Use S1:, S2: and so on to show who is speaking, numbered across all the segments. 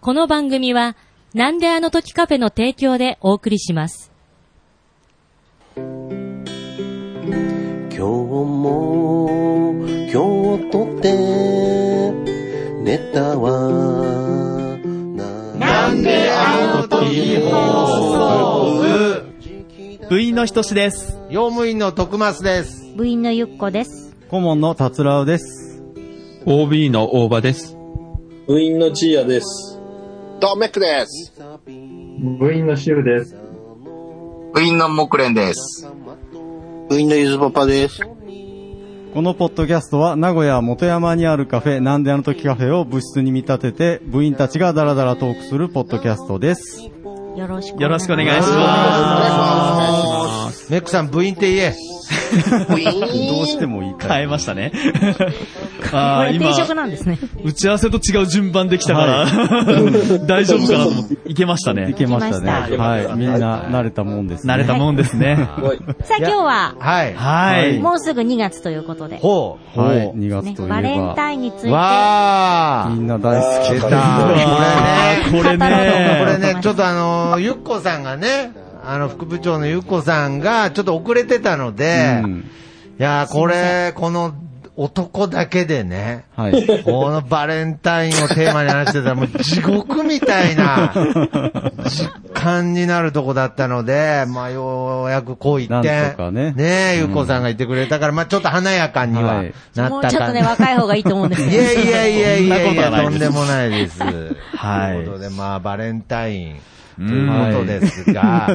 S1: この番組は、なんであの時カフェの提供でお送りします。
S2: 今日も今日とってネタはなんであの時放送
S3: 部員のひとしです。
S4: 用務員の徳松です。
S5: 部員のゆっこです。
S6: 顧問の達郎です。
S3: OB の大場です。
S7: 部員のチーヤです。
S8: ドメックです。
S9: 部員のシルです。
S10: 部員の木蓮です。
S8: 部員のゆずパパです。
S6: このポッドキャストは名古屋元山にあるカフェ、なんであの時カフェを部室に見立てて、部員たちがダラダラトークするポッドキャストです。
S5: よろしく。
S3: よろしくお願いします。
S4: メックさん部員って言え。
S6: どうしても言いた
S3: 変え
S6: い。
S3: ましたね。
S5: こ
S3: あー
S5: れ
S3: 今
S5: 定、食なんですね。
S3: 打ち合わせと違う順番できたから、大丈夫かなと思って、いけました
S6: い
S3: ね。
S6: けましたね。
S5: 行
S7: きま
S6: は
S7: した
S6: い。みんな慣れたもんですね。
S3: 慣れたもんですね。
S5: さあ今日は、
S4: はい。
S3: はい。
S5: もうすぐ2月ということで、
S4: ほう。
S6: は
S4: ほ
S6: い。
S4: う
S6: 2
S5: ね
S6: 月とい
S5: バレ
S6: え
S5: ン
S6: ば、
S5: タインについて、
S4: わ
S6: み
S4: ー。
S6: んな大好き
S4: 出た。
S3: あー
S4: こ
S3: これ
S4: れね、これ
S3: ね、
S4: ね、ちょっとあのー、ゆっこさんがね、あの、副部長のゆっこさんが、ちょっと遅れてたので
S6: う、ん
S4: いやー、これ、この男だけでね、
S6: はい。
S4: このバレンタインをテーマに話してたら、もう地獄みたいな、時間になるとこだったので、まあ、ようやくこう一点。
S6: なんとかね
S4: ねえ、ゆうこさんが言ってくれたから、まあ、ちょっと華やかには
S6: はい
S4: なったかな、
S5: もうちょっとね、若い方がいいと思うんです
S4: い
S5: けど。
S4: やいやいやいやい
S3: そんなことは
S4: や、
S3: ない
S4: と
S3: です
S4: んでもないです。
S3: はい
S4: ということで、まあ、バレンタインということですが、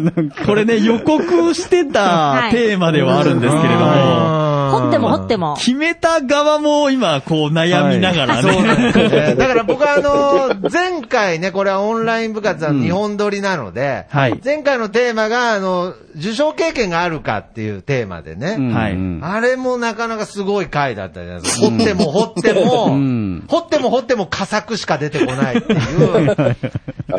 S3: これね、予告してた
S5: はい
S3: テーマではあるんですけれども、
S5: 掘っても掘っても。
S3: 決めた側も今、こう悩みながら
S4: そうなん
S3: ね。
S4: ですね。だから僕はあの、前回ね、これはオンライン部活は日本撮りなので、
S3: はい
S4: 前回のテーマが、あの、受賞経験があるかっていうテーマでね、
S3: はい
S6: うん
S4: あれもなかなかすごい回だったじゃないですか。掘っても掘っても、
S6: うん
S4: 掘っても掘っても佳作しか出てこないっていう。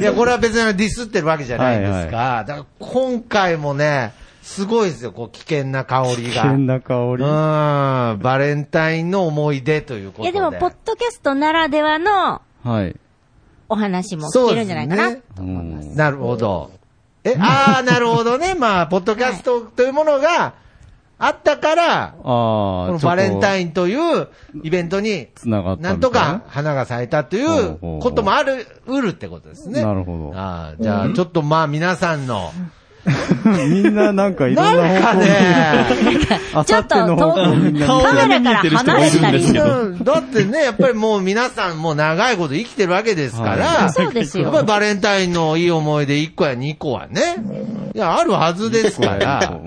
S4: いや、これは別にディスってるわけじゃないですが、だから今回もね、すごいですよ、こう、危険な香り
S6: 危
S4: が。
S6: 険
S4: うん、
S6: な香り。
S4: バレンタインの思い出ということ
S5: い
S4: で。
S5: やでも、ポッドキャストならではの
S6: はい。
S5: お話も聞
S4: そう
S5: ける
S4: です
S5: んじゃないかな。
S4: ね
S6: うん
S4: なるほど。え、ああ、なるほどね。まあ、ポッドキャストというものがあったから、こ
S6: あ
S4: の
S6: あ、
S4: バレンタ
S6: ン。
S4: インというイベントに、
S6: つながったみたい
S4: なんとか花が咲いたということもある、うるってことですね。
S6: なるほど。
S4: ああ、じゃあ、ちょっとまあ、皆さんの、
S6: みんななんかいろ
S4: なん
S6: んな方
S4: か
S6: 向
S4: ね、
S6: あ
S5: ちょ
S6: さ
S5: っ
S6: って
S5: と
S6: の方向みんな
S3: 顔がね、見えてる人もいるんですけど。
S4: うんだってね、やっぱりもう皆さんもう長いこと生きてるわけですから、
S5: そうです
S4: やっぱり
S5: よ。
S4: バレンタインのいい思い出1個や2個はね、いや、あるはずですから。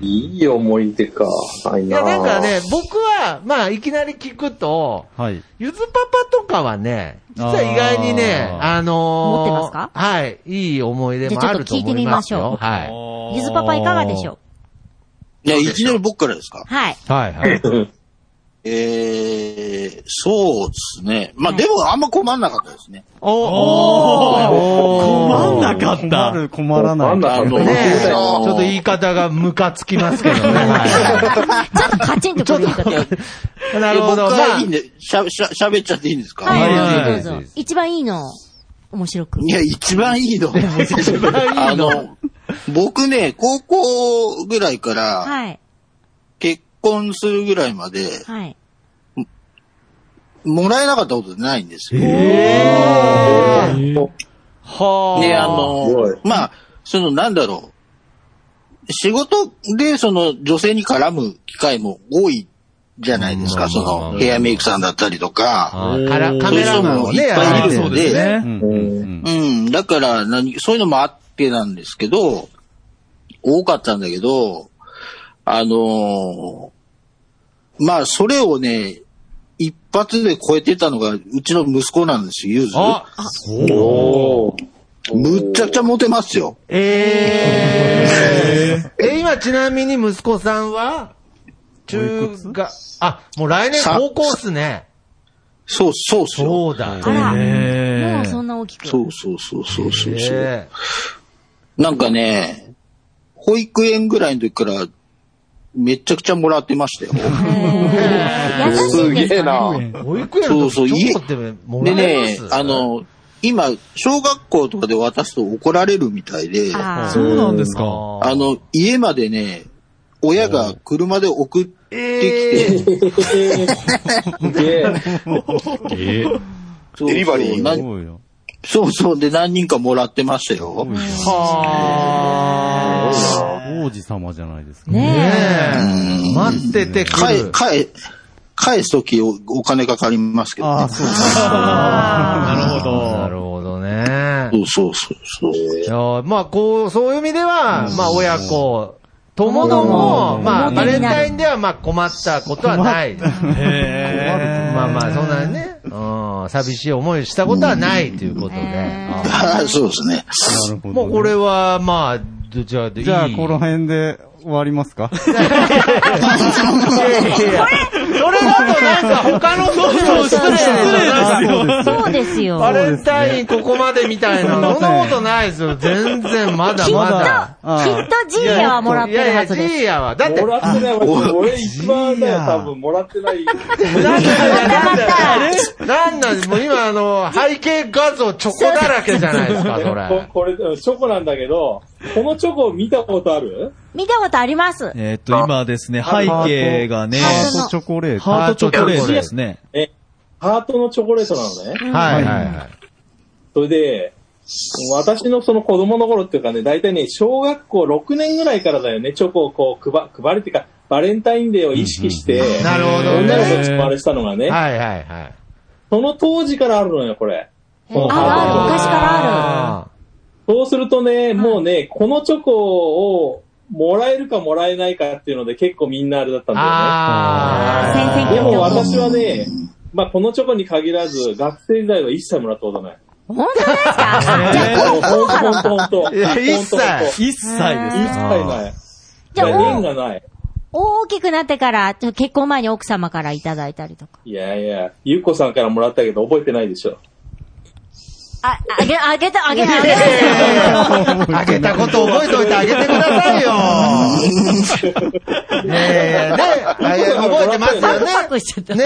S6: い。
S7: いい思い出か。はい
S4: い
S7: な
S4: や、なんかね、僕は、まあ、いきなり聞くと、
S6: はい。
S4: ゆずパパとかはね、実は意外にね、
S6: あ
S4: あのー、
S5: 持ってますか
S4: はい、いい思い出もあると思いますよ。
S5: じ
S4: はい。
S5: ゆずパパいかがでしょう
S8: いや、いきなり僕からですか
S5: はい。
S4: はい、はい。
S8: えー、そうですね。まあ、でもあんま困んなかったですね。
S4: お
S3: 困んなかった
S6: 困。る、困らない。
S7: 困らない
S4: ねえ、ち
S8: あ
S4: ょ
S8: の
S4: っと言い方がムカつきますけどね。は
S5: ちょっとカチンとくる言い方。はい
S4: いなるほど。
S8: 僕
S4: ま
S8: は
S4: あ
S8: いいん、で、しゃ、しゃ、喋っちゃっていいんですか、
S5: はい、どうぞ
S4: は
S5: ど
S4: いう
S5: ぞ。一番いいのを面白く。
S8: いや、一番いいの。一
S4: 番いいの
S8: あの、僕ね、高校ぐらいから
S5: はい。
S8: 結婚するぐらいまで、
S5: はい。
S8: もらえなかったことないんですよ。
S4: は
S8: で、あ
S7: すごい
S8: の、まあ、その、なんだろう。仕事で、その、女性に絡む機会も多いじゃないですか。その、ヘアメイクさんだったりとか。
S4: あーカラカメラマンをね、
S8: そういう人もいっぱいいる
S4: やられ
S3: あ
S4: てる
S3: そ
S4: ん
S3: う
S4: で
S3: ですね。
S6: うんうん
S8: うん。だから、何、そういうのもあってなんですけど、多かったんだけど、あのーまあ、それをね、一発で超えてたのが、うちの息子なんですよ、ゆず。
S4: あ、
S7: おー
S8: むっちゃくちゃモテますよ。
S4: えー、え、今ちなみに息子さんは、中学、あ、もう来年
S8: さ
S4: 高校っすね。
S8: そう、そうっすよ。
S4: そうだ。
S5: あら、
S3: え
S5: もうそんな大きく。
S8: そうそうそうそうそうそう。
S4: え
S8: なんかね、保育園ぐらいの時から、めちゃくちゃもらってましたよ。
S5: 優しいん
S7: す
S5: です
S7: げえ
S5: かね。
S7: な。
S4: ー、保育園
S8: そ
S4: の
S8: うそう、
S4: 時チ
S8: 家
S4: ョコっても、ら
S8: で
S4: えま
S8: ね
S4: す、
S8: あ、の、今、小学校とかで渡すと怒られるみたいで、
S3: あーそうなんですか
S8: あの、家までね、親が車で送ってきて、そ
S3: えー
S8: うそう
S10: デリバリー
S8: なんそうそう、で何人かもらってましたよ。
S6: 王子様じゃないですか。
S5: ね
S4: え。待っててく
S8: 返
S4: る。
S8: 返返すときおお金かかりますけどね。
S3: なるほ
S4: な
S3: ど。
S4: るほどね。
S8: そうそうそうそう。
S4: いやーまあ、こう、そういう意味では、まあ、親子、ともども、まあ、バレンタインでは、まあ、困ったことはない。
S3: へ
S4: まあまあ、そんなにね、うん、寂しい思いしたことはないということで。あ
S8: そうですね。
S6: なるほど。
S4: もうこれは、まあ、どちらでいい
S6: じゃあ、この辺で終わりますか
S4: それだとなんか他の人にも失礼でし
S3: あ
S4: ょ。
S3: そう
S5: そうで
S3: です
S5: すよ。
S4: バレンタインここまでみたいな。そんなことないですよ。全然、まだ
S5: きっ
S4: ま
S5: と、
S4: だ。
S6: あ
S5: きっとジーヤはもらってるはず
S4: いやい
S5: で
S4: や、
S5: す。
S4: ジーヤは。だって、
S7: もらってない
S8: あ
S7: 俺一番だよ、多分。もらってない。
S4: なんだなんだ
S5: ま
S4: なんなんもう今あの、背景画像チョコだらけじゃないで すか、そ
S7: こ
S4: れ。
S7: これ、チョコなんだけど、このチョコ見たことある
S5: 見たことあります。
S3: えーっと、今ですね、背景がね、
S6: ハートチョコレート。
S3: ハートチョコレートですね。
S7: ハートのチョコレートなのね。
S4: はいはいはい。
S7: それで、私のその子供の頃っていうかね、大体ね、小学校6年ぐらいからだよね、チョコをこう配、配るっていうか、バレンタインデーを意識して、
S4: なるほど
S7: 女の子
S4: ね。
S7: に配られてたのがね、
S4: はいはいはい。
S7: その当時からあるのよ、これ。この
S5: あるある、昔からあ
S4: あ
S7: そうするとね、もうね、このチョコをもらえるかもらえないかっていうので結構みんなあれだったんだよね。
S4: あー。
S5: 戦々
S7: で
S5: 恐
S7: も
S5: 々。
S7: 私はね、まあ、このチョコに限らず、学生時代は一切もらったことない。
S5: 本当ですかじゃあ、
S7: 本当本当本当
S4: いや一
S7: 本当本当
S4: 切
S3: 一切です
S7: 一切
S3: か。
S7: ない。
S5: じゃあ
S7: いや縁がない。
S5: 大きくなってから、ちょっと結婚前に奥様からいただいたりとか。
S7: いやいや、ゆっこさんからもらったけど覚えてないでしょ。
S5: あ、あげ、あげた、あげた、あげた。
S4: あげたこと覚えておいてあげてくださいよ。ね え、ねはい覚えてますよね。
S5: パ クしちゃった。
S4: ね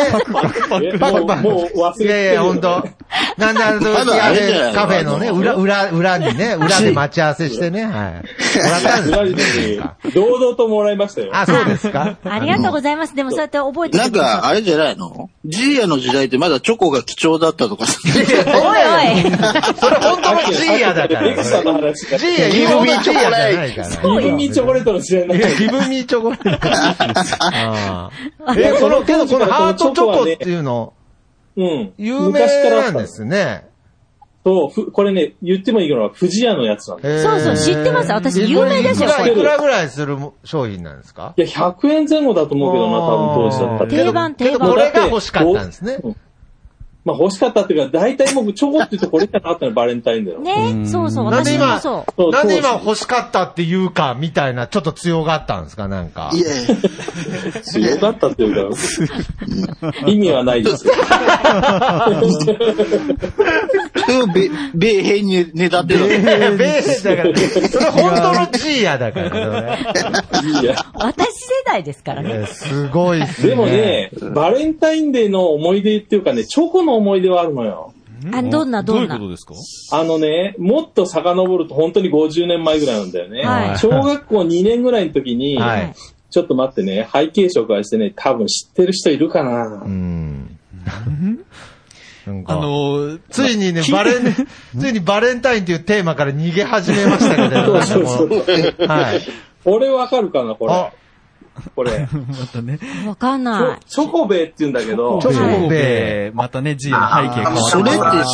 S7: え
S4: パ
S7: も
S4: ク
S7: う
S4: パク
S7: もう忘れて
S4: い
S7: る。
S4: やいや、ほんと。 なんであの
S8: ま
S4: 時、
S8: だ
S4: あ
S8: あれじゃない
S4: れ、
S8: の
S4: カフェのね、裏、裏、裏に ね、裏で待ち合わせして ね、はい。もらったん
S7: 言われ
S4: で
S7: て
S4: す
S7: る
S4: よ。
S7: し堂々ともらいましたよ。
S4: あ、そうです か
S5: ありがとうございます。でもそうやって覚えて
S8: な
S5: る
S8: んか、あれじゃないのジーヤの時代ってまだチョコが貴重だっ たとか。
S5: おいおい。
S4: それ本当のジーヤだか
S7: レクサ
S4: ら。
S7: の話が。
S4: ジーヤ、ギブミーチョコレートじゃないから。
S7: ギブミーチョコレートの時代になっ
S4: い
S7: た
S4: や、ギブミーチョコレート。ああえ、 この、けどこのハートチョコっていうの、
S7: うん。
S4: 有名
S7: 昔からあ
S4: な
S7: っ
S4: ん
S7: た
S4: で。すね。
S7: そう、ふこれね、言ってもいいのは、富士屋のやつなんだよ
S4: へえ
S5: そうそう知ってます私有名ですよ
S4: いくら
S7: これ
S4: いくらぐらいする商品なんですか
S7: いや、100円前後だと思うけどな、多分当時だったら
S5: 定番
S4: けど
S5: 定番
S4: これが欲しかったんですね。
S7: まあ欲しかったっていうか、大体僕、チョコって言うとこれかなってのはバレンタインだよ。
S5: ね、そうそう、
S4: なんで
S5: 私
S4: 今
S5: もそ、
S7: そう
S4: なんで今
S7: そう
S4: 欲しかったって言うか、みたいな、ちょっと強がったんですか、なんか。
S8: いやいや
S7: 強かったっていうか、意味はないですよ。
S8: それを米米兵にねだってるわけ。
S4: いやベースだから、それ本当の G やだからね
S7: いや。
S5: う。私世代ですから
S4: い
S5: ね。
S4: や。すごいっすね。
S7: でもね、バレンタインデーの思い出っていうかね、チョコの思い出はあるのよ。
S5: あ、どんな
S3: どう
S5: ど
S3: い
S5: ん
S3: う
S5: な
S3: こ。とですか
S7: あのね、もっと遡ると本当に50年前ぐらいなんだよね。
S5: はい
S7: 小学校2年ぐらいの時に、
S4: はい。
S7: ちょっと待ってね、背景紹介してね、多分知ってる人いるかな。
S4: うん。なんか
S3: あのー、
S4: つ いにね、バレン、ついにバレンタインというテーマから逃げ始めましたけど、
S7: そうそうそう
S4: もうはい。
S7: 俺わかるかな、こ
S4: あ
S7: れ。、これ。
S5: わかん
S7: チ
S5: な
S7: ョ
S5: い。
S7: チョコベイって言うんだけど、
S4: チョコ
S3: 神戸、またね、G の背景変わ
S8: それって
S3: って。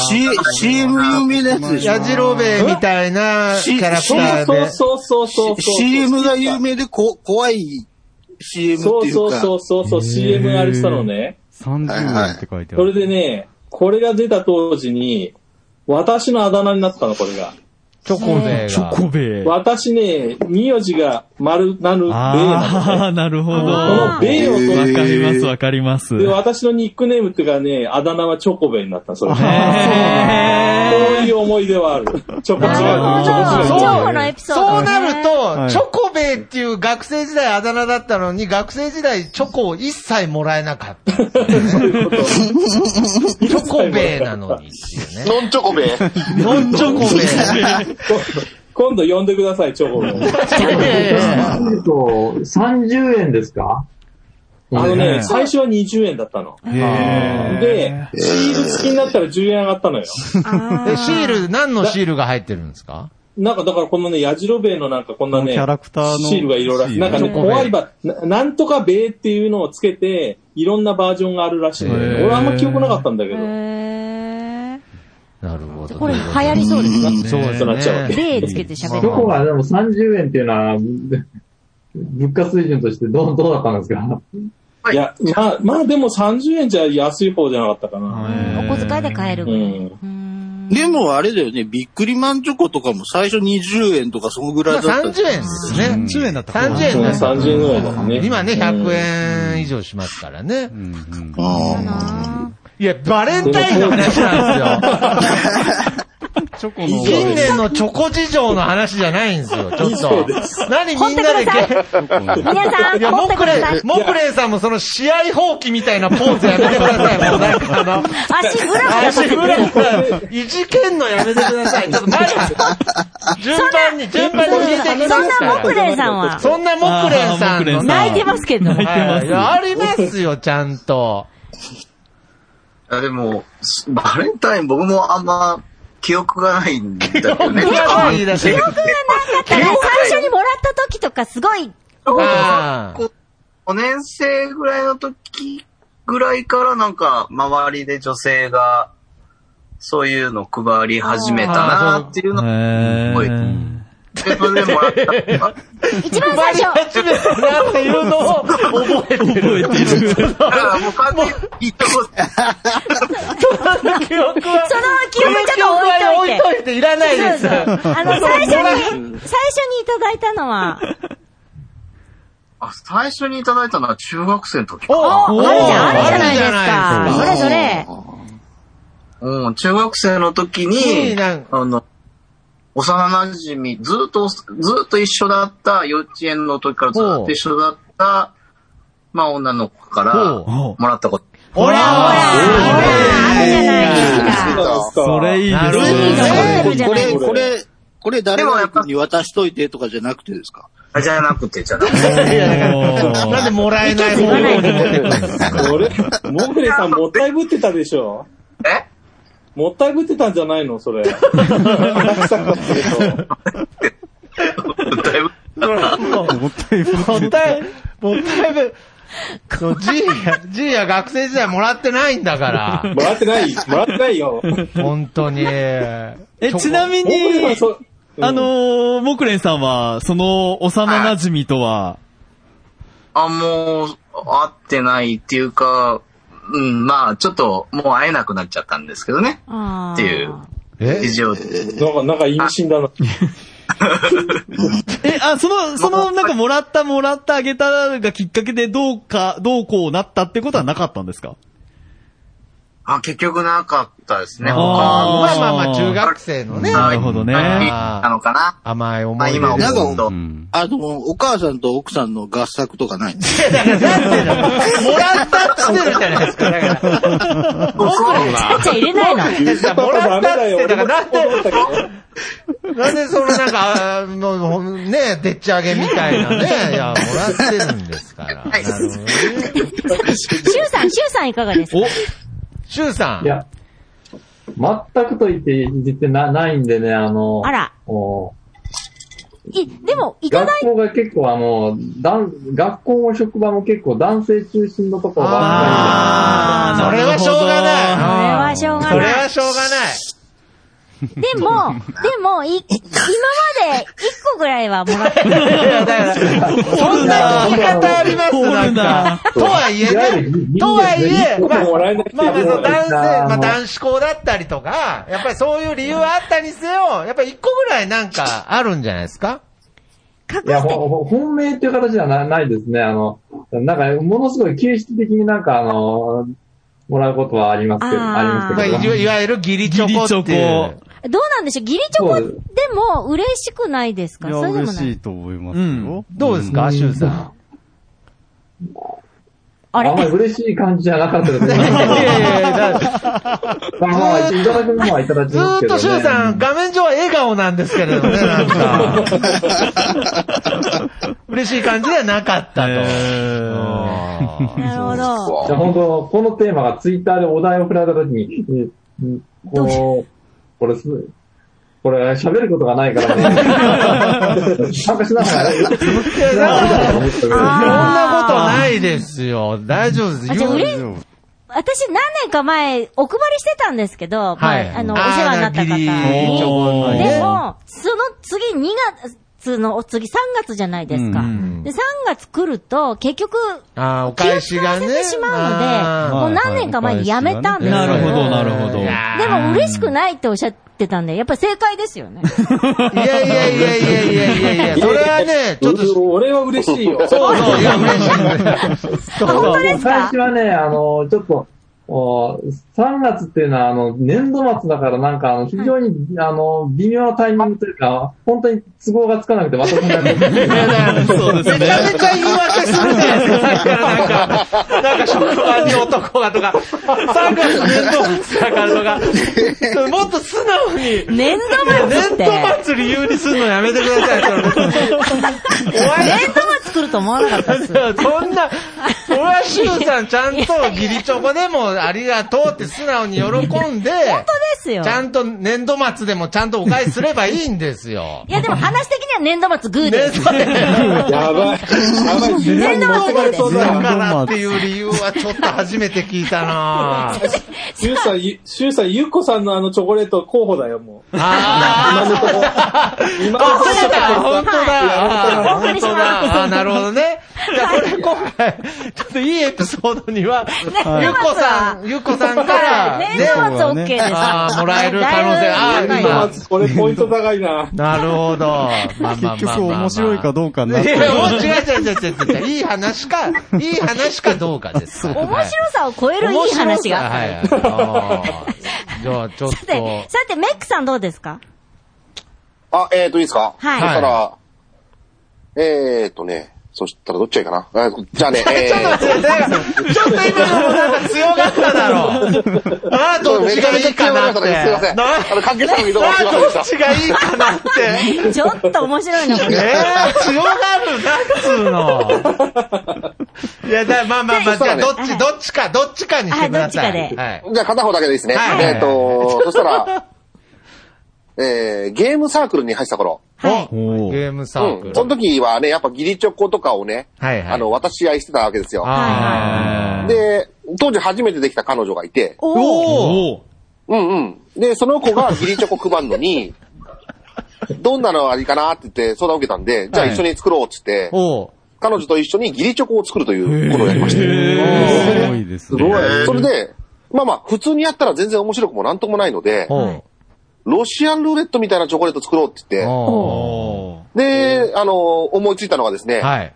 S8: C- CM 有名なやつでしょ
S4: やじろべえみたいなキャラクター
S7: そう
S4: で。
S7: そうそうそうそう。
S8: CM が有名でこ怖い CM って
S7: そう
S8: い
S7: そうう
S8: か。
S7: そうそうそう、CM があれしたのね。
S6: 30円って書いてあ
S7: それ
S6: る。
S7: でね、これが出た当時に、私のあだ名になったの、これが。
S4: チョコベ
S3: チョ
S4: が。
S3: コベ。
S7: 私ね、名字が丸なるベイな
S3: ああ、なるほど。
S7: のね。この
S3: わか
S7: ベイを取っ
S3: ります、わかります。
S7: て、私のニックネームっていうかね、あだ名はチョコベイになったのそれ。
S3: へ
S7: こういう思いではある。チョコ
S5: なるほ
S7: そ
S5: ど。
S7: う
S5: 超このエピソード、ね。
S4: そうなると、
S6: い
S4: チョコベイっていう学生時代あだ名だったのに、学生時代チョコを一切もらえなかった。チョコベイなのにっていうね。
S10: ノンチョコベ。
S4: ノンチョコベイ。
S7: 今度呼んでください、チョコを。
S9: えっと、30円ですか
S7: あのね、最初は20円だったの。で、シール付きになったら10円上がったのよ。
S4: えシール、何のシールが入ってるんですか
S7: なんかだからこのね、矢印ベイのなんかこんなね、
S6: キャラクターの
S7: シールがいろいろ、
S6: シール
S7: なんかね、
S4: チョコベイ
S7: 怖いば、ななんとかベイっていうのをつけて、いろんなバージョンがあるらしいの
S3: へ
S7: よ。
S3: ー
S7: 俺あんま記憶なかったんだけ
S5: へ
S7: ど。
S5: ー
S4: なるほど。
S5: これ流行りそうですね。
S7: そう
S3: ね
S7: そうなっちゃうわけ。
S5: 例つけて喋
S9: チ
S5: る
S9: ョ。コはでも30円っていうのは、物価水準としてどうどうだったんですか
S7: いや、まあ、まあでも30円じゃ安い方じゃなかったかな。
S5: お小遣いで買える
S7: う
S5: ぐらい。
S7: ん。
S5: うーん
S8: でもあれだよね、ビックリマンチョコとかも最初20円とかそのぐらい
S4: ま
S8: だ
S4: あ
S8: った。
S4: 30円ですね。
S3: 10円だった
S4: 30円
S7: そう
S4: だ
S7: ね、
S4: った
S7: 30円ぐらいだもんね。
S4: 今ね、100
S7: 円。
S4: 円以上しますからね。
S6: うんうん
S5: か
S8: あ
S5: ない
S4: や、バレンタインの話なん
S6: チョコ
S4: ですよ。
S6: の、
S4: 近年のチョコ事情の話じゃないんですよ、ちょっ
S7: そう
S4: と
S7: で。
S4: 何みんなで
S5: 掘ってく
S4: け、
S5: 皆さん、
S4: いや、
S5: 持
S4: モ
S5: ってく
S4: ク
S5: ださ
S4: レ
S5: い
S4: イ、。モクレイさんもその試合放棄みたいなポーズやめてください。もうなんかあの、
S5: 足ぐらぐら
S4: 足
S5: させて
S4: フラフ ラ、いじけんのやめてください。ちょっとまだ、順番に、順番に聞いてい
S5: そ
S4: きま
S5: ん
S4: す
S5: なモ
S4: か
S5: クレンさんは
S4: ら。、そんなモクレイさんの
S3: あーモクレンさん
S4: ね
S5: 泣いてますけど。
S3: 泣いてま
S4: は
S3: す
S4: いいやありますよ、ちゃんと。
S10: あでも、バレンタイン僕もあんま記憶がないんだけどね。
S4: 記憶がないだし
S10: 記憶
S5: 僕がなかったら、最初にもらった時とかすごい、
S4: あー
S10: 5年生ぐらいの時ぐらいからなんか周りで女性がそういうの配り始めたなっていうのを
S3: へー
S10: 自分でもらった。あ
S5: 一番最初、
S4: 初めてなんていうのを覚えてる。
S3: 覚えてる。
S10: だからもう完全に言ったこと
S4: 記憶は。
S5: その記憶ちょっと置いといて
S4: その記憶は置いといて、いらないです。
S5: そうそうあの、最初に、最初にいただいたのは、
S10: あ最初にいただいたのは中学生の時か。
S5: あ
S4: お
S5: るじゃん、あるじゃないで
S4: ある
S5: すか。それぞれ。
S10: うん、中学生の時に
S4: いいな、
S10: あの、幼馴染み、ずっと、ずっと一緒だった、幼稚園の時からずっと一緒だった、まあ女の子からも
S3: ほう
S10: らったこと。
S4: ほ
S5: ほ
S4: ら、
S5: ら、ほら、あるじゃないですか。
S3: それいいです
S4: なるほど
S5: ね
S3: ね。
S5: 残ってるじゃ
S8: こ
S5: ない
S8: れ、
S5: ですか
S8: これ、これ誰々君に渡しといてとかじゃなくてですか
S10: あじゃなくて、じゃなくて。
S4: いやだからなんでもらえない方向に持ってくるんですか
S7: これ、モグレさんもったいぶってたでしょ
S10: え
S7: もったいぶってたんじゃないのそれ。たくさん買ってると
S10: だいぶ。
S6: もったいぶ
S4: もったい、もったいぶ。そう、じいや、じいや学生時代もらってないんだから。
S7: もらってないもらってないよ。
S4: 本当に。
S3: え、ちなみ
S7: モグレさん
S3: に、
S7: そ、うん
S3: あの、ー、モクレンさんは、その、幼馴染みとは、
S10: あ、もう、会ってないっていうか、うん、まあ、ちょっと、もう会えなくなっちゃったんですけどね。
S5: あ
S10: ってい
S5: ー
S10: う
S4: え
S10: 事情で。
S7: なんか、なんか意味深だな。
S3: え、あ、その、その、なんか、もらった、もらった、あげたがきっかけで、どうか、どうこうなったってことはなかったんですか
S10: あ、結局なかったですね。
S4: あー
S10: 他
S3: あー
S4: まあまあまあ、中学生のね、
S3: なるほどね。
S10: なのかな
S4: 甘い思い出
S10: まあ今
S4: です
S8: なんか、
S6: ん
S8: あの、お母さんと奥さんの合作とかないんです
S4: もらったって言ってるじゃないですか。だから、
S10: 僕は、
S5: ちゃ入れないの。
S4: もらったって言ってたから、なん
S7: 思った
S4: で
S7: けど、
S4: なんでそのなんか、あーもうね、でっち上げみたいなね、いや、もらってるんですから。なるほどね。
S5: シュウさん、シュウさんいかがですか
S4: シュウさん。
S9: いや、全くと言って、言ってなないんでね、あの、
S5: あら。
S9: お
S5: い、でも、いただい
S9: 学校が結構あの、男学校も職場も結構男性中心のところばっか
S4: そ
S3: あ
S4: れはしょうがな
S5: それ
S4: い。
S5: はしょうがない
S4: それはしょうがない。
S5: でも、でも、い、今まで一個ぐらいはもらって
S4: いや、だから、そんな聞き方あります
S3: 掘
S4: な
S3: る
S4: ん
S3: な
S4: か。とはい
S9: いわ
S4: え
S9: ゆる
S4: ね、
S9: 人間
S4: とはいえ、
S7: 僕
S4: まあ、
S7: もらえなくて。
S4: まあまあ、その男性、ま
S9: も
S4: あ
S9: う
S4: 男子校だったりとか、やっぱりそういう理由はあったにせよ、やっぱり一個ぐらいなんかあるんじゃないですか
S5: 隠
S9: り。いや、
S5: して。
S9: ほほ本命っていう形ではなないですね。あの、なんか、ものすごい形式的になんかあの、もらうことはありますけど、
S5: あー
S9: あります
S4: まあ、
S9: け
S4: い
S9: ど。
S4: わいわゆる義理チ
S3: ギリチ
S4: ョコっていう
S3: ョ。コ。
S5: どうなんでしょうギリチョコでも嬉しくないですか
S6: いや、
S5: そうでも
S6: 嬉
S5: ない。
S6: しいと思いますよ。
S4: どうですか、シュンさん。
S5: あれ
S9: あんまり嬉しい感じじゃなかったで すね。い
S4: やいやいやだ
S9: まあまあ、いただくものはいただき
S4: ず
S9: ます
S4: ー
S9: け
S4: っ
S9: ど、
S4: と
S9: ね。
S4: シュンさん、画面上は笑顔なんですけれどね、なんか。嬉しい感じではなかったと。
S5: なるほど。
S9: じゃあ本当、このテーマがツイッターでお題を振られたときに、うんうんこう、これす、これ喋ることがないか らね。参加しながら。
S4: いや、だから、そんなこと
S5: あ
S4: ないですよ。大丈夫です。
S5: あじゃあ
S4: 言う
S5: 嬉し私何年か前、お配りしてたんですけど、
S4: はい
S5: まああの、お世話になった方
S4: ギリチョコ
S5: に。
S4: ね
S5: でも、その次2月の、お次3月じゃないですか。
S4: うん
S5: で、3月来ると、結局、
S4: あーお返しがね。
S5: 気を使わせてしまうので、
S4: あ
S5: もう何年か前にやめたんですよ。
S3: なるほど、なるほど。
S5: でも嬉しくないっておっしゃってたんで、やっぱ正解ですよね。
S4: ーいやいやいやいやいやいやいや、それはね、ちょっと、そう
S7: 俺は嬉しいよ。
S4: そう、いや、嬉しいね。
S9: そうそう
S5: 本当ですか
S9: 最初はね、あの、ちょっと、お3月っていうのは、あの、年度末だから、なんか、あの、非常に、あの、微妙なタイミングというか、本当に都合がつかなくて、私もやって
S4: いやだから
S3: そうで
S4: め
S3: す
S4: ち
S3: ね。
S4: ゃめちゃ言い訳するじゃないですか、さっきからなんか、なんか職場に男がとか、3月年度末だからとか、もっと素直に、
S5: 年度末
S4: 年
S5: って。
S4: 度末理由にするのやめてください、それ。
S5: 年度
S4: お前
S5: 末来ると思わなかったです。
S4: そんな、俺はシュウさんちゃんとギリチョコでもありがとうって素直に喜んで、
S5: 本当ですよ。
S4: ちゃんと年度末でもちゃんとお返しすればいいんですよ。
S5: いやでも話的には年度末グー
S4: ね、
S5: です。
S4: それ。だ
S7: やばい。やばい。
S5: 年度末グーです。
S4: からっていう理由はちょっと初めて聞いたなぁ。
S7: シュウさん、ゆシュウさん、ゆっこさんのあのチョコレート候補だよ、もう。
S4: あ
S7: 今のところ。今のとこ
S4: あ、
S7: ろ
S4: そうだ、本当だ。
S5: はい
S4: 本当だ。あ、なるほどね。じゃあ、これ今回、ちょっといいエピソードには、ゆっ
S5: はい
S4: こさん、ゆっこさんから、
S5: 年
S4: ね、
S5: 度末 OK です。
S4: あーもらえる可能性
S5: だいぶ高
S4: あー
S5: い
S4: 今
S7: 年度末これポイント高いな。
S4: なるほど。まあまあまあまあ
S6: 結局面白いかどうかに
S4: い
S6: な
S4: や
S6: っ
S4: い
S6: て
S4: や、もう違う違う違う違う違う。いい話か、いい話かどうかです。面
S5: 面白さを超えるいい話が。
S4: はいはいあー。じゃあ、ちょっ
S5: さて、
S4: と。
S5: さて、メックさんどうですか
S2: あ、えーと、いいですか
S5: はい
S2: そしたら、えーとね、そしたらどっちがいいかなあじゃあね、え
S4: ちょっと待
S2: ー
S4: って、なんかちょっと今のもなんか強かっただろ。あーどっちがいいかなって。
S2: すいません。
S4: な
S2: あの、関係者の移動がすいませんで
S4: あーどっ
S2: し
S4: ちがいいかなって。え
S5: ちょっと面白いな、こ
S4: ー、
S5: れ。
S4: 強がるな、っつうの。いや、だまあまあまあ、じゃあ、どっち、どっちか、どっちかにしてくださ
S5: はい
S4: い。
S5: どっちかで
S4: はい。
S2: た。じゃあ、片方だけでいいですね。
S4: はい
S2: えーと、そしたら、えー、ゲームサークルに入ってた頃。
S5: はい。
S6: おー
S4: ゲームサーク
S2: う
S4: ル。
S2: ん。その時はね、やっぱギリチョコとかをね、
S4: はいはい。
S2: あの、渡し合いしてたわけですよ。
S4: あー、
S2: で、当時初めてできた彼女がいて、
S4: おお
S3: おー
S2: うんうん。で、その子がギリチョコ配るのに、どんなのありかなって言って相談を受けたんで、じゃあ
S3: はい
S2: 一緒に作ろうって言って、
S4: おう
S2: 彼女と一緒にギリチョコを作るということをやりました。
S6: すごいですね。
S2: それで、まあまあ、普通にやったら全然面白くもなんともないので、
S4: おう
S2: ロシアンルーレットみたいなチョコレート作ろうって言っ
S4: お
S2: て、で、あの、思いついたのがですね
S4: う、はい。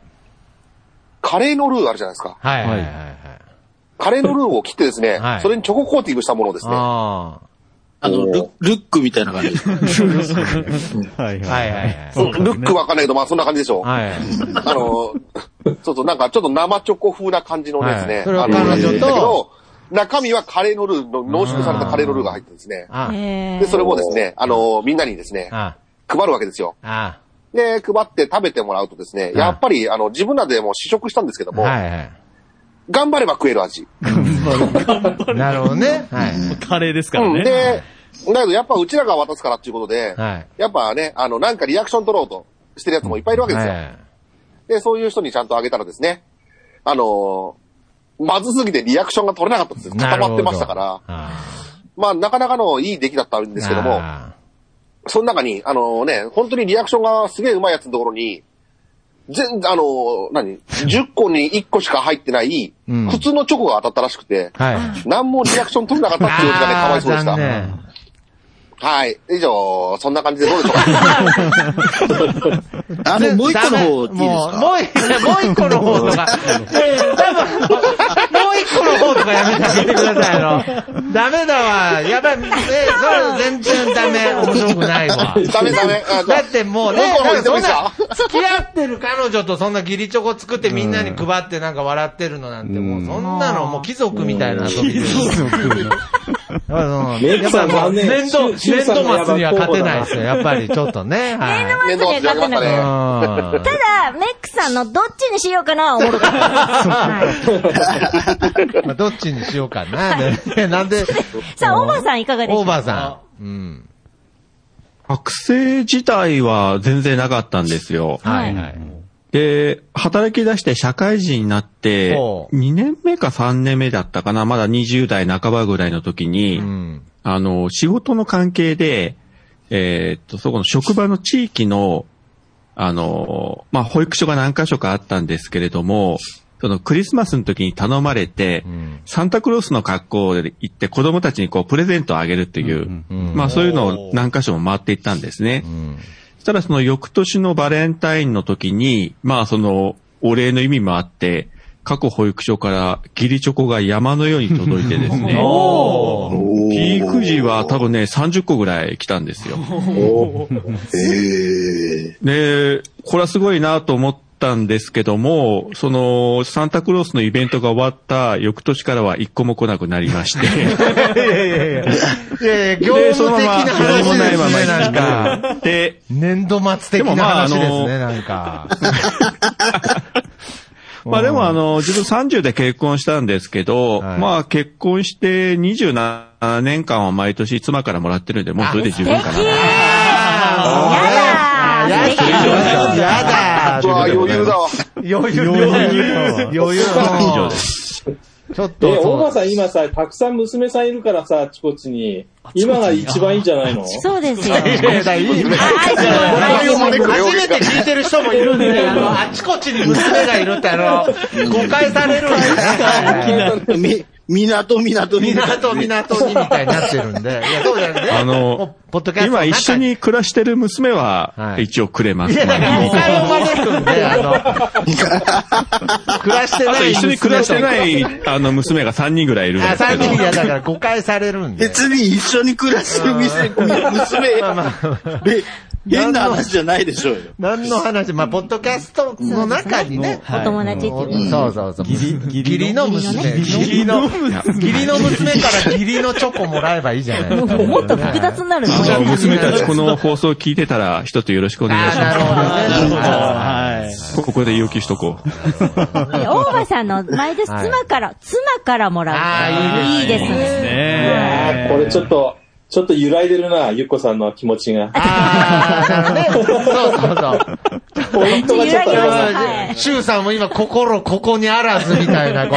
S2: カレーのルーあるじゃないですか。
S4: はい。はい。はい。
S2: カレーのルーを切ってですね
S4: はい、
S2: それにチョココーティングしたものをですね、
S4: あ
S8: あの、ルルックみたいな感じ。
S6: はい
S4: あ。は。
S6: はいい。
S4: はい。はい。
S2: ルックわかんないけど、まあそんな感じでしょう。
S4: はい。
S2: あの、そうそう、なんかちょっと生チョコ風な感じのですね。
S4: はいそれは
S2: あの
S4: 彼女と
S2: だけど、中身はカレーのルー、の濃縮されたカレーのルーが入ってですね。
S4: あ、
S5: え
S2: で、それをですね、あの、みんなにですね、
S4: あ、
S2: 配るわけですよ。
S4: あ、
S2: で、配って食べてもらうとですね、
S4: あ
S2: やっぱり、あの、自分らでも試食したんですけども、
S4: はい。はい。
S2: 頑張れば食える味。
S4: なるほど ね。はい。
S3: カレーですから
S2: うん。
S3: ね。
S2: で、だけどやっぱうちらが渡すからっていうことで、
S4: はい。
S2: やっぱね、あの、なんかリアクション取ろうとしてるやつもいっぱいいるわけですよ。で、そういう人にちゃんとあげたらですね、あのーまずすぎてリアクションが取れなかったんですよ。固まってましたから。まあ、なかなかのいい出来だったん
S4: で
S2: ですけども、その中に、あのね、本当にリアクションがすげえ上手いやつのところに、全、あのー何 ?10 個に1個しか入ってない、
S4: うん
S2: 普通のチョコが当たったらしくて、
S4: はい。
S2: 何もリアクション取れなかったっていうのがね、かわいそうでした。
S4: 念。
S2: はい。以上、そんな感じでどうでしょうか。
S8: あの、もう一個の方いいです
S4: もう、
S8: か
S4: もう一個の方とか。多分、もうう一個の方とかやめてあげてくださいよ。ダメだわ。やばい。え、それ全然ダメ。面白くないわ。
S2: ダメダメあ
S4: だってもうね、
S2: 向こうの方
S4: な
S2: 行
S4: んかそんな、付き合ってる彼女とそんな義理チョコ作ってみんなに配ってなんか笑ってるのなんて、もうそんなのもう貴族みたいな遊びで。
S7: メイ
S4: うんや
S7: ク
S4: っぱ
S7: さん
S4: もう
S7: 残念
S4: 年度、
S7: シュシュ
S4: 年
S7: ウさんの
S4: 度末には勝てない
S7: やばい
S4: ですよ。やっぱりちょっ とね。はい。
S5: 年度末には勝てない。
S4: うん
S5: ただ、メックさんのどっちにしようかなは思 った。
S4: まあ、どっちにしようか な。ねなんで、
S5: さあ、オーバーさんいかがでしょ
S4: オ
S5: う
S4: ー
S5: か
S4: バーさん。うん。
S11: 学生自体は全然なかったんですよ。
S4: はいはい。
S11: で、働き出して社会人になって、
S4: ほ
S11: 2年目か3年目だったかな、まだ20代半ばぐらいの時に、
S4: うん。
S11: あの、仕事の関係で、えーっと、そこの職場の地域の、あの、まあ、保育所が何箇所かあったんですけれども、そのクリスマスの時に頼まれて、サンタクロースの格好で行って子供たちにこうプレゼントをあげるっていう、まあそういうのを何箇所も回っていったんですね。そしたらその翌年のバレンタインの時に、まあそのお礼の意味もあって、各保育所から義理チョコが山のように届いてです ね。ピーク時は多分ね、30個ぐらい来たんですよ。で、これはすごいなと思ったんですけども、その、サンタクロースのイベントが終わった翌年からは一個も来なくなりまして。
S4: いやいやいやいや。いやいや、業
S11: で、その
S4: 務
S11: ま
S4: 的な
S11: ま何
S4: 話
S11: も
S4: で
S11: ないますま
S4: ね、なんか。
S11: 行ってで、
S4: 年度末的な話ですね、なんか。
S11: まあでもあの、自分30で結婚したんですけど、まあ結婚して27年間は毎年妻からもらってるんで、もうそれで十分かな。
S5: あ
S4: やだーやだ
S2: うわ、余裕だわ。
S4: ー余裕余裕余裕
S11: 以上です。
S4: ちょっ
S7: え、
S4: と、
S7: オーバー
S4: そ
S7: さん今さ、たくさん娘さんいるからさ、あちこちに。今が一番いいんじゃないの
S5: そうですよ。
S4: う。いやいやいい初めて聞いてる人もいるんで、あの、あちこちに娘がいるって、あの、誤解されるんでね。
S8: み、港、港、
S4: 港、港にみたいになってるんで。いや、そうじゃなくて、
S11: あ
S4: も
S11: の
S4: うポッドキャストの
S11: 今
S4: 中
S11: 一緒。に暮らしてる娘は
S4: は、い
S11: 一応くれま
S4: い
S11: す。
S4: や、だから誤解を招くんで、あの、暮らして
S11: あ
S4: な
S11: と
S4: い。
S11: 一緒に暮らしてな。い、あの、娘が3人ぐらいいるんで
S4: あ、
S11: すけ
S4: 三
S11: ど。
S4: 人いや、だから誤解されるんで。
S8: 別に一緒に暮らしてる店娘、
S4: まあまあ、
S8: べ変な話じゃないでしょうよ。
S4: 何の話、まあ、ポッドキャストの中にね。
S5: お友達っていうね。
S4: そうそうそう。義理義理の娘。義
S6: 義
S4: 理の、義理の娘から義理のチョコもらえばいいじゃないですか。
S5: もっと複雑になるね。
S11: あの娘たちこの放送聞いてたら、一つよろしくお願いしま
S4: あーなるほどね。
S6: はい。
S11: す。ここで要求しとこう。
S5: いやオーバーさんの前です。
S4: はい
S5: 妻から、妻からもらう。
S4: あーいいです
S5: い
S4: ね
S5: いですね。
S7: あーこれちょっと、ちょっと揺らいでるな、ゆっこさんの気持ちが。
S4: ああ、なるほどね。そうそうそう。
S7: ポイントがちょっとありますね。
S5: はい
S4: シュウさんも今心ここにあらずみたいな、こ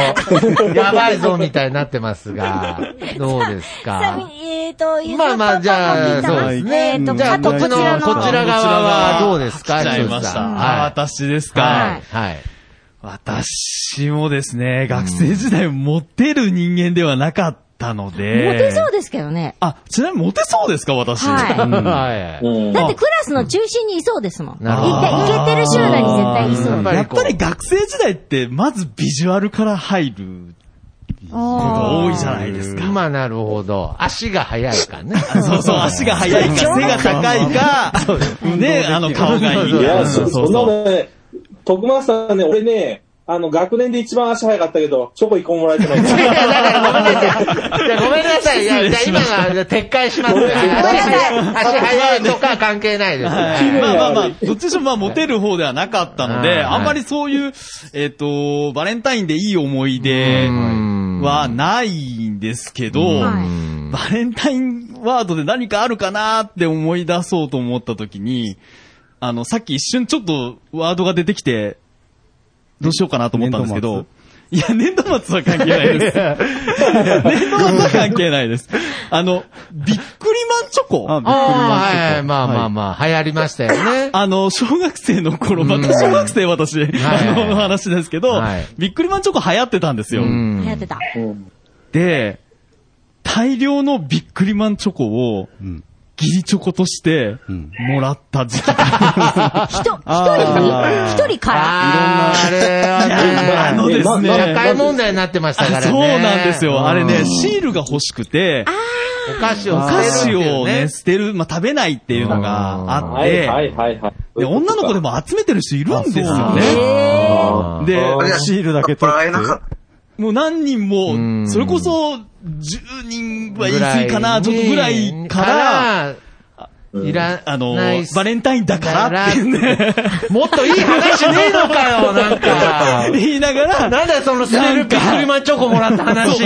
S4: う、やばいぞみたいになってますが、どうです
S5: さ
S4: か
S5: あえっと、ゆず
S4: まあまあ、じゃ
S5: パ
S4: あ、
S5: パ
S4: そ
S5: も
S4: う
S5: 聞
S4: で
S5: い
S4: す
S5: てますえ
S4: ね
S5: っ。と、
S4: じゃあ、
S5: あと
S4: こっ
S5: こ
S4: ち
S5: ち
S4: の
S5: ら、の。
S4: こちら側はどうですか
S3: 来ちゃいまし
S4: シュウ
S3: た。
S4: さん
S3: あ
S4: はい
S3: 私ですか。
S4: はい。はい。
S3: 私もですね、学生時代モテる人間ではなかったので。
S5: モテそうですけどね。
S3: あ、ちなみにモテそうですか、私。
S5: は
S4: はい。
S7: うん
S5: だってクラスの中心にいそうですもん。いけいけ
S4: なるほど
S5: てる集団に絶対いそ
S4: やっ
S5: う。
S4: ぱり
S3: やっ
S4: こう
S3: ぱり学生時代って、まずビジュアルから入ることが多いじゃないですか。
S4: まあ、なるほど。足が速いかね。
S3: そうそう、足が速いか、背が高いか、ね、あの、顔がいいか。
S7: いや、
S3: うん
S7: そそんなのね、徳松さんね、俺ね、あの、学年で一番足早かったけど、チョコ一個もらえ てないか
S4: い
S7: ら。
S4: やだからごめんなさい。いやごめんなさい。いや、じゃあ今のは撤回します。足速いとか関係ないです。
S3: はいまあまあまあ、どっちにしろまあ、モテる方ではなかったの
S4: はい
S3: で、あんまりそういう、えっと、バレンタインでいい思い出はないんですけど、バレンタインワードで何かあるかなーって思い出そうと思った時に、あの、さっき一瞬ちょっとワードが出てきて、どうしようかなと思ったんですけど、いや、年度末は関係な いです。年度末は関係ないです。あの、びっくりマンチョコ。
S6: あ、びっくりマンチ
S4: ああ、はい、まあまあまあ、流行りましたよね。
S3: あの、小学生の頃、
S4: うん
S3: また小学生私、
S4: はい
S3: あの、の話ですけど、
S4: はい
S3: ビックリマンチョコ流行ってたんです
S4: う
S3: よ。
S4: ん
S5: 流行ってた。
S3: で、大量のビックリマンチョコを
S6: ん、
S3: ギリチョコとして、もらった時期 が。
S5: 一、一人一人から。
S4: あれはね
S3: あのですね。
S4: 社会問題になってましたからね
S3: あそうなんです
S4: うん
S3: よ。あれね、シールが欲しくて、
S4: お菓子
S3: お
S4: を捨てるって
S3: 菓子
S4: いう
S3: をね、捨てる、まあ、食べないっていうのがあっ
S7: うんはい
S3: て、
S7: はいはい。
S3: で、女の子でも集めてる人いるんですよね。で
S6: あー、シールだけ取って。
S3: もう何人も、それこそ、10人は言い過ぎかな、ちょっとぐらいから、
S4: いら
S3: あの
S4: ないっ、す
S3: バレンタインだからっていうね。
S4: もっといい話ねえのかよ、なんか。
S3: 言いながら、
S4: なんだよ、その捨てるビックリマンチョコもらった話。
S3: そ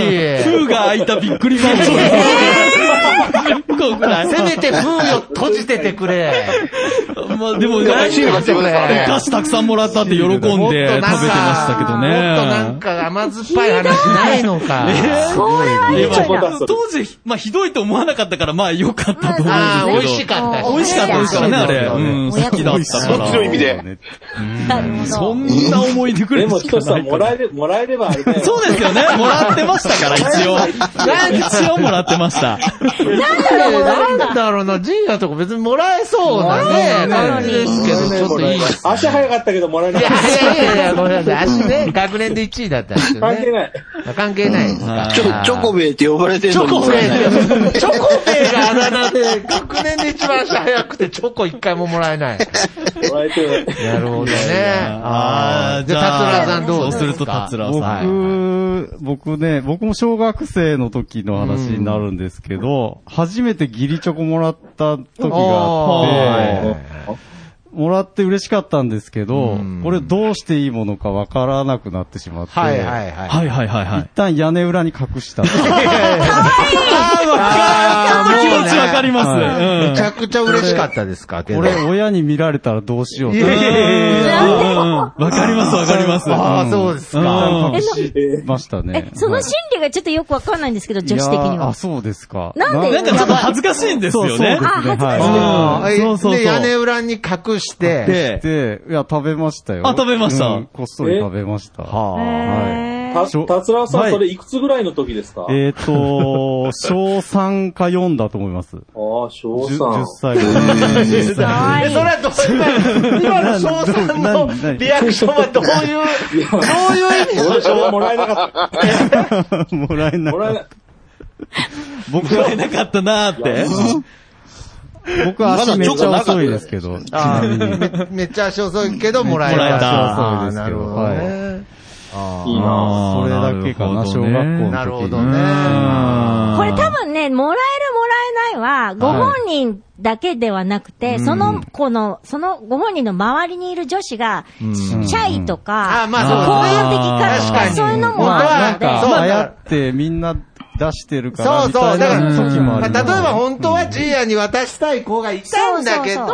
S3: う封が開いたびっくりマンチョ コ。こうぐらい
S4: せめて封を閉じててくれ。
S3: まあでも、お
S4: おかしいよ自分でそれ
S3: 菓子たくさんもらったって喜んで食べてましたけどね。
S4: もっとなんか甘酸っぱい話ないの か。
S3: でも当時、まあ、ひどいと思わなかったから、まあ、良かったと思うんですけど。
S4: あー美味しかったし
S3: 美味しかったですからね、あれ。
S4: そう
S3: う
S4: だね
S3: ん、好きだったから。
S2: そっちの意味で。
S3: そんな思い出くら
S7: で
S3: い
S7: も、
S3: し
S7: ひ
S3: か
S7: としさ、
S3: なんい
S7: も
S3: から
S7: えれ、もらえればあれだよ。
S3: そうですよね。もらってましたから、一応。一応もらってまし
S4: な
S3: た。
S4: んだろうな、ジンヤとか別にもらえそうなね、感じですけど、ちょっといい。い
S7: 足早かったけどもらえなかった。
S4: やいやいや、ごめんなさい。足ね、学年で1位だったんですよ
S7: 関係
S4: ね。
S7: ない。
S4: 関係ないですか。
S8: ちょチョコベイって呼ばれてる
S4: チ
S8: の
S4: ョ
S8: に
S4: コ
S8: も
S4: ベ
S8: らえない。
S4: イ、チョコベイがあだ名で、学年で一番足早くてチョコ一回ももらえない。
S7: もらえてない。
S4: なるほどね。
S3: あー
S4: じゃあ、達郎さんどうですか
S3: そうすると達郎さん。
S6: 僕、僕ね、僕も小学生の時の話になるんですけど、初めてギリチョコもらった時があって、もらって嬉しかったんですけど、これどうしていいものかわからなくなってしまって、
S4: はいはいはい。
S3: はいはいはいはい
S6: 一。旦屋根裏に隠した。
S3: あー、
S4: もう
S3: 気
S4: ね
S3: 持ちわかります。
S4: めちゃくちゃ嬉しかったですか、けど
S6: 俺、親に見られたらどうしようと
S4: いやいやいや
S3: うん。わかりますわかります。
S4: ああ、そうですか。
S6: 隠しましたね。
S5: その心理がちょっとよくわかんないんですけど、女子的
S6: い
S5: に
S6: やー
S5: は
S6: あ、。そうですか。
S5: なんで
S3: なんかちょっと恥ずかしいんです
S6: そう
S3: よ
S6: そうで
S3: ね
S6: すね。。は
S4: あ
S3: う
S4: ー
S3: んそうそうそう
S4: で、屋根裏に隠して、
S6: い。で、いや、食べましたよ。
S3: あ食べました
S6: うんこっそり食べました。は
S7: た、
S6: しょ
S7: たつらさ
S6: は
S7: ん、
S6: い
S7: それいくつぐらいの時ですか
S6: い。えっと、小3か4だと思います。
S7: ああ、小
S6: 10,
S7: さん。
S6: 歳ぐらい。
S4: えそれはどういう、今の翔さん
S6: な
S4: の
S6: な
S4: リアクションはどういう、どういう意味でしょう
S7: 俺 もらえなかった。
S6: もらえな
S7: もらえ
S6: い。
S7: な、
S6: 僕
S3: もらえ
S6: は、
S3: なかったなーって。
S6: 僕は足めっちゃ遅いですけど。
S4: あーめめっちゃ足遅いけど、もらえ
S3: もら
S4: た。
S3: えた
S4: あーな
S6: 足遅いですけ
S4: る
S6: ど
S4: ほどね。
S7: いいな
S3: あ
S6: そ
S3: ー
S6: れだけかな、
S3: るほ
S6: 小
S3: ど
S6: 学
S3: ね
S6: 校の時に。
S4: なるほど
S3: う
S4: ね。
S3: ん
S5: これ多分ね、もらえるもらえないは、ご本人だけではなくて、その子の、そのご本人の周りにいる女子が、シャイとか、
S4: あーまあそう
S5: 好感的か
S4: 確かに
S5: そういうのも
S6: ま
S5: あ
S6: あ、
S5: る
S6: なん
S5: ので、
S6: か、
S4: そうだ
S6: 流行ってみんな出してるから、
S4: そう
S6: み
S4: そ
S6: た
S4: う。
S6: い
S4: だから、
S6: な時も
S4: ま
S6: あ
S4: あ例え
S6: ります
S4: ば本当はジーヤに渡したい子がいたんだけ
S5: そう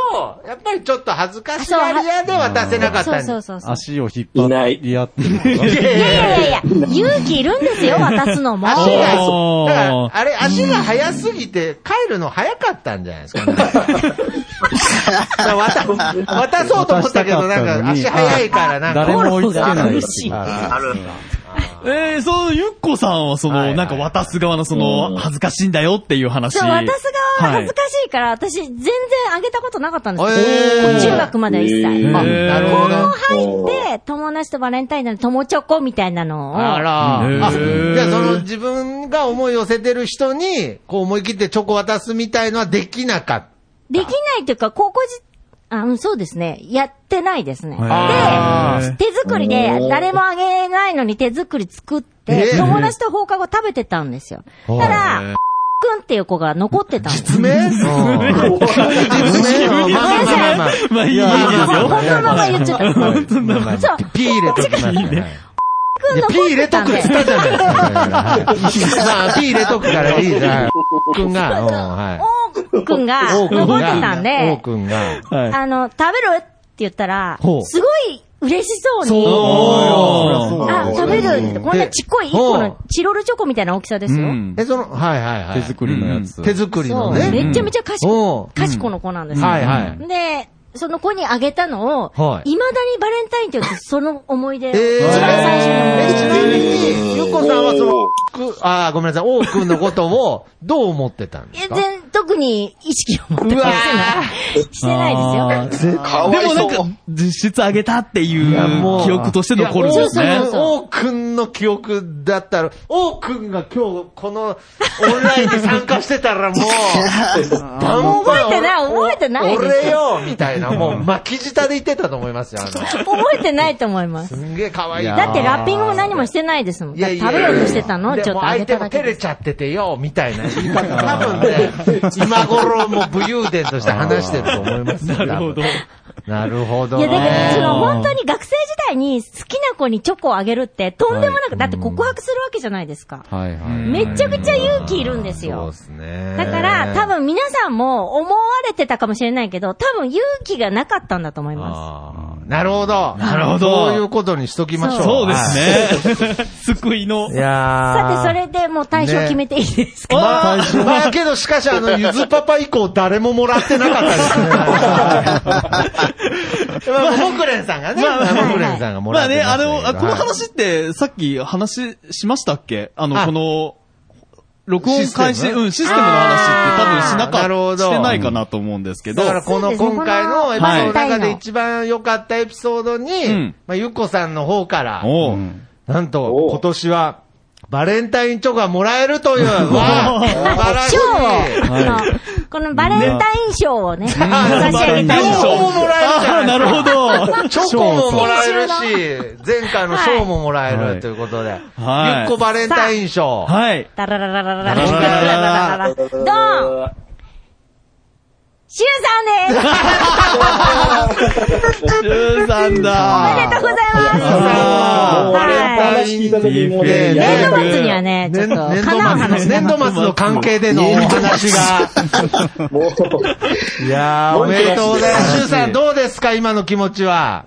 S4: ど、やっぱりちょっと恥ずかしがり屋で渡せなかっ
S5: そ
S4: た
S5: うそ
S4: ん
S5: うそうそう。
S6: 足を引っ張り合ってる
S4: いや
S5: い
S4: い
S5: や
S4: やい
S5: い
S4: や
S5: やいや、勇気いるんですよ、渡す のも。
S4: 足
S3: い
S4: が、
S3: や
S5: そ
S3: そう
S4: だから、あれ、足が速すぎて、帰るの早かったんじゃないですかね。渡渡そうと思ったけど、なんか、足速いから、なん
S6: 誰
S4: か、
S6: も追いつけない。
S10: ある。
S3: えー、その、ゆっこさんは、そ
S4: はいは
S3: の、
S4: い
S3: なんか渡す側の、その、恥ずかしいんだよっていう話。
S5: う、渡す側は恥ず
S3: し
S5: かしいから、私全然あげたことなかったんです
S4: えー
S5: よ。中学までは一切。
S4: あなるほど。
S5: 入って、友達とバレンタインの友チョコみたいなのを。
S4: あら。
S3: へー
S4: あじゃあ、その自分が思い寄せてる人に、こう思い切ってチョコ渡すみたいのはできなかった。
S5: できないというか、高校時、あうんそうですね。やってないですね。
S4: あ
S5: で、手作りで、誰もあげないのに手作り作っ
S4: え
S5: て、
S4: ー
S5: 友達と放課後食べてたんですよ。ただ、くんっていう子が残ってたんです。
S4: 爪爪まあまあまあまあ。
S3: い。まあ、いいいいです
S5: 本当の
S3: よ。
S5: まま言っちゃった。くんの
S4: まあまあ
S5: そう
S4: ピー入れときますからね。いやピー
S5: 残っ
S4: 入
S5: て
S4: れと
S5: たん
S4: くっ
S5: で
S4: つっ。たじゃないですか。まあ、ピー入れとくからいいじゃん。くんが、うんはい。
S5: 王くんが
S4: 王
S5: 残ってたん
S4: 王
S5: で、
S4: くんが。
S5: あの、食べるって言ったら、
S4: ほう
S5: すごい嬉しそうに、
S3: そ
S5: あ、食べるって。こんなちっこい一個
S4: ほ
S5: のチロルチョコみたいな大きさです
S3: う
S5: よ。
S3: ん。
S4: え、その、はいはいはい。
S6: 手作りのやつ。
S4: 手作り
S5: そ
S4: の
S5: う。
S4: ね。
S5: めちゃめちゃ
S4: おう
S5: 賢賢の子なんですよ。
S4: はいはい。
S5: で、その子にあげたのを、、
S4: はい
S5: まだにバレンタインって言うとその思い出。
S4: えー、
S5: 一番最初の思い
S4: え
S5: 出。
S4: ちなみに、ゆっこさんはその、く、ああ、ごめんなさい、王くんのことをどう思ってたんですか
S5: 全特に意識を持ってませんしてないですよ。
S3: でもなんか、実質上げたっていう記憶として残るんです
S4: いや
S3: ね。
S4: 王くんの記憶だったら、王くんが今日このオンラインに参加して たらもう、バンバン
S5: 覚えてない、覚えてないです
S4: 俺よみたいな、もう巻き舌で言ってたと思います よ、あの。
S5: 覚えてないと思い ます。
S4: すんげえ可愛いな。
S5: だってラッピングも何もしてないですもん。食べようとしてたの
S4: で
S5: ちょっ
S4: も
S5: とあげ
S4: 相手
S5: た
S4: も
S5: だけ
S4: 照
S5: で
S4: れちゃっててよ、みたいな言い 方。多分ね、今頃もう武勇伝として話してると思いますよ。なる ほど。なるほど
S5: い
S4: ね。
S5: や、だから、その本当に学生時代に好きな子にチョコをあげるって、とんでもなく、だって告白するわけじゃないですか。
S6: はいはい。
S5: めちゃくちゃ勇気いるんですよ。
S4: ね
S5: だから、多分皆さんも思われてたかもしれないけど、多分勇気がなかったんだと思いま
S4: なるほど。
S3: なるほど
S4: そういうことにしときましょう。
S3: そうですね。 救いの。
S4: はい。い
S5: す。
S4: や
S5: さて、それでもう対象決めていいですか、
S4: まあ、まあけど、しかし、あの、ゆずパパ以降、誰ももらってなかったですね。ま あ、モクレンさんがね、
S3: まあ
S4: モクレンさんがも
S3: ま
S4: ら
S3: あ
S4: って
S3: ね、
S4: ま
S3: あ
S4: したけど
S3: の、あこの
S4: はい
S3: 話って、さっき話しましたっけあの、
S4: あ
S3: この、録音開
S4: シス
S3: 始、
S4: テム
S3: うん、システムの話って多分
S4: あ
S3: しな
S4: ーなる
S3: か
S4: ほど
S3: っしてないかなと思うんですけど。
S4: だからこの
S5: そうですね
S4: 今回のエピソードの中で一番良かったエピソードに、
S3: ん
S4: まあ、ゆっこさんの方から、
S3: おう
S4: なんと
S7: お
S4: 今年はバレンタインチョコがもらえる という、わあ素晴らし
S5: 賞を、
S4: い。
S5: あのこのバレンタイン賞をね、差し上げたい。
S4: 両方もらえるじ
S3: あ
S4: ゃ
S3: あ、
S4: な
S3: ないるほど。
S4: チョコももらえるし、前回の賞ももらえるということで、
S3: はい
S4: ゆっこバレンタイン賞。
S3: はい。
S5: ダララララララララララドンシュウさんです
S3: さ
S5: お
S3: ん
S5: めで
S3: だ。
S5: とうございます
S4: もうバレンタイン
S7: 話聞いた時もうね、
S4: い
S5: 年度末にはね、ちょっ
S4: 年
S5: と、
S4: 年度
S5: かなう話
S4: 末
S5: ね。
S4: 年度末の関係でのお話が。
S2: もう、
S4: いやー、おめでとうございます。シュウさん、どうですか今の気持ちは。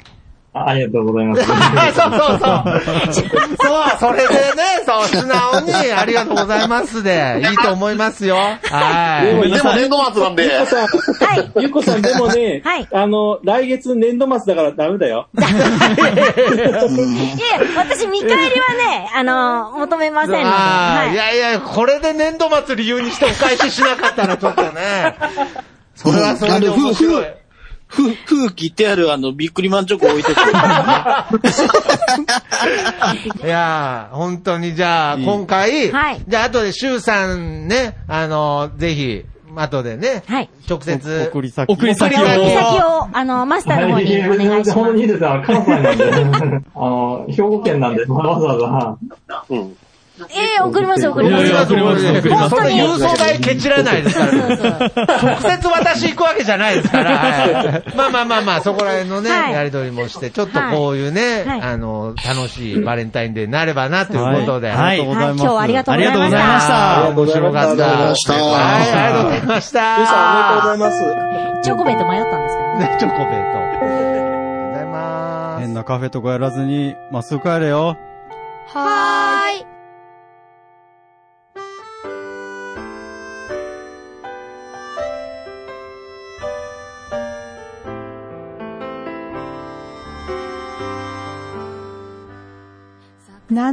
S9: あありがとうございます。
S4: そうそうそう。そう、それでね、そう、素直に、ありがとうございますで、いいと思いますよ。は
S2: でも年度末なんで、
S7: ゆっこさん、
S5: はい。
S7: ゆっこさんでもね、
S5: はい
S7: あの、来月年度末だからダメだよ。
S5: いやいや、私見返りはね、あの、求めません
S4: い。
S5: ので。
S4: あーい
S5: はい。
S4: やいや、これで年度末理由にしてお返ししなかったらちょっと ね。それはそれで面白い。
S8: ふ、ふ、切ってあるあの、ビックリマンチョコ置いてく る。
S4: いやー、本当にじゃあ、今回、
S5: はい
S4: じゃあ後でシュウさんね、あの、ぜひ、後でね、
S5: はい。
S4: 直接、
S6: 送り先。
S3: 送り先
S5: お送り
S3: を。
S5: 先を、あの、マスターの方
S9: い
S5: に
S9: や
S5: お
S9: いや
S5: 願いしま
S9: 本当
S5: す。
S9: にいいです。あの関西なんで。あの、兵庫県なんで、わざわ
S5: ええ、送ります、送り
S3: い
S5: ま
S3: やい
S5: す。
S3: や送ります送ります
S4: 本当に郵送代ケチらないですから。
S5: そうそうそう
S4: 直接私行くわけじゃないですから、はいまあまあまあまあ、そこら辺のね、
S5: はい
S4: やりとりもして、ちょっとこういうね、
S5: はい
S4: あの、楽しいバレンタインデーになればな、ということで。
S3: はい
S6: ありがとうござ
S5: はいい、
S6: ま
S5: 今
S6: す。
S5: 日はありがとうございまし
S3: ありがとうございま
S5: た
S3: した。
S4: 面白か
S8: あ
S4: った。
S8: りがとうございました
S4: はい、ありがとうございました。
S7: ゆっこさん、おめでとうございます。
S5: チョコベート迷ったんですけど ね。
S4: チョコベート。ありがとうございます。
S6: 変なカフェとかやらずに、まっすぐ帰れよ。
S5: はーい。
S12: な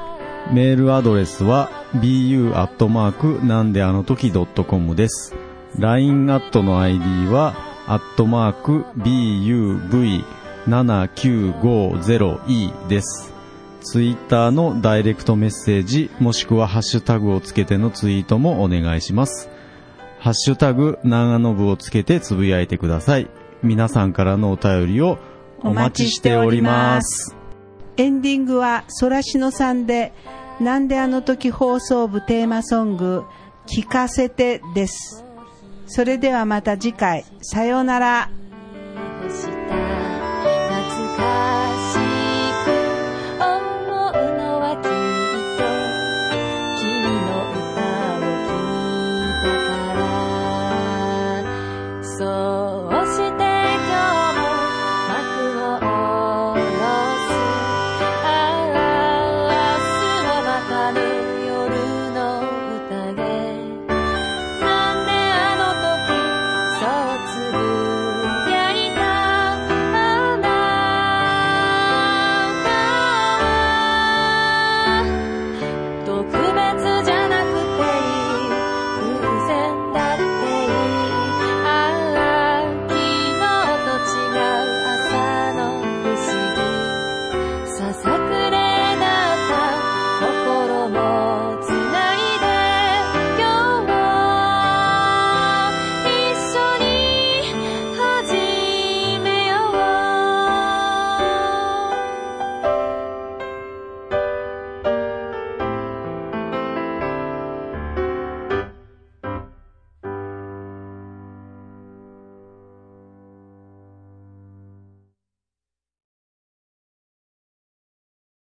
S6: メールアドレスは bu アットマークなんであの時 .com です。LINE アットの ID はアットマーク buv7950e です。ツイッターのダイレクトメッセージもしくはハッシュタグをつけてのツイートもお願いします。ハッシュタグ長野部をつけてつぶやいてください。皆さんからのお便りをお待ちしております。
S12: エンディングはソラシノさんで、なんであの時放送部テーマソング、聞かせてです。それではまた次回、さようなら。
S13: した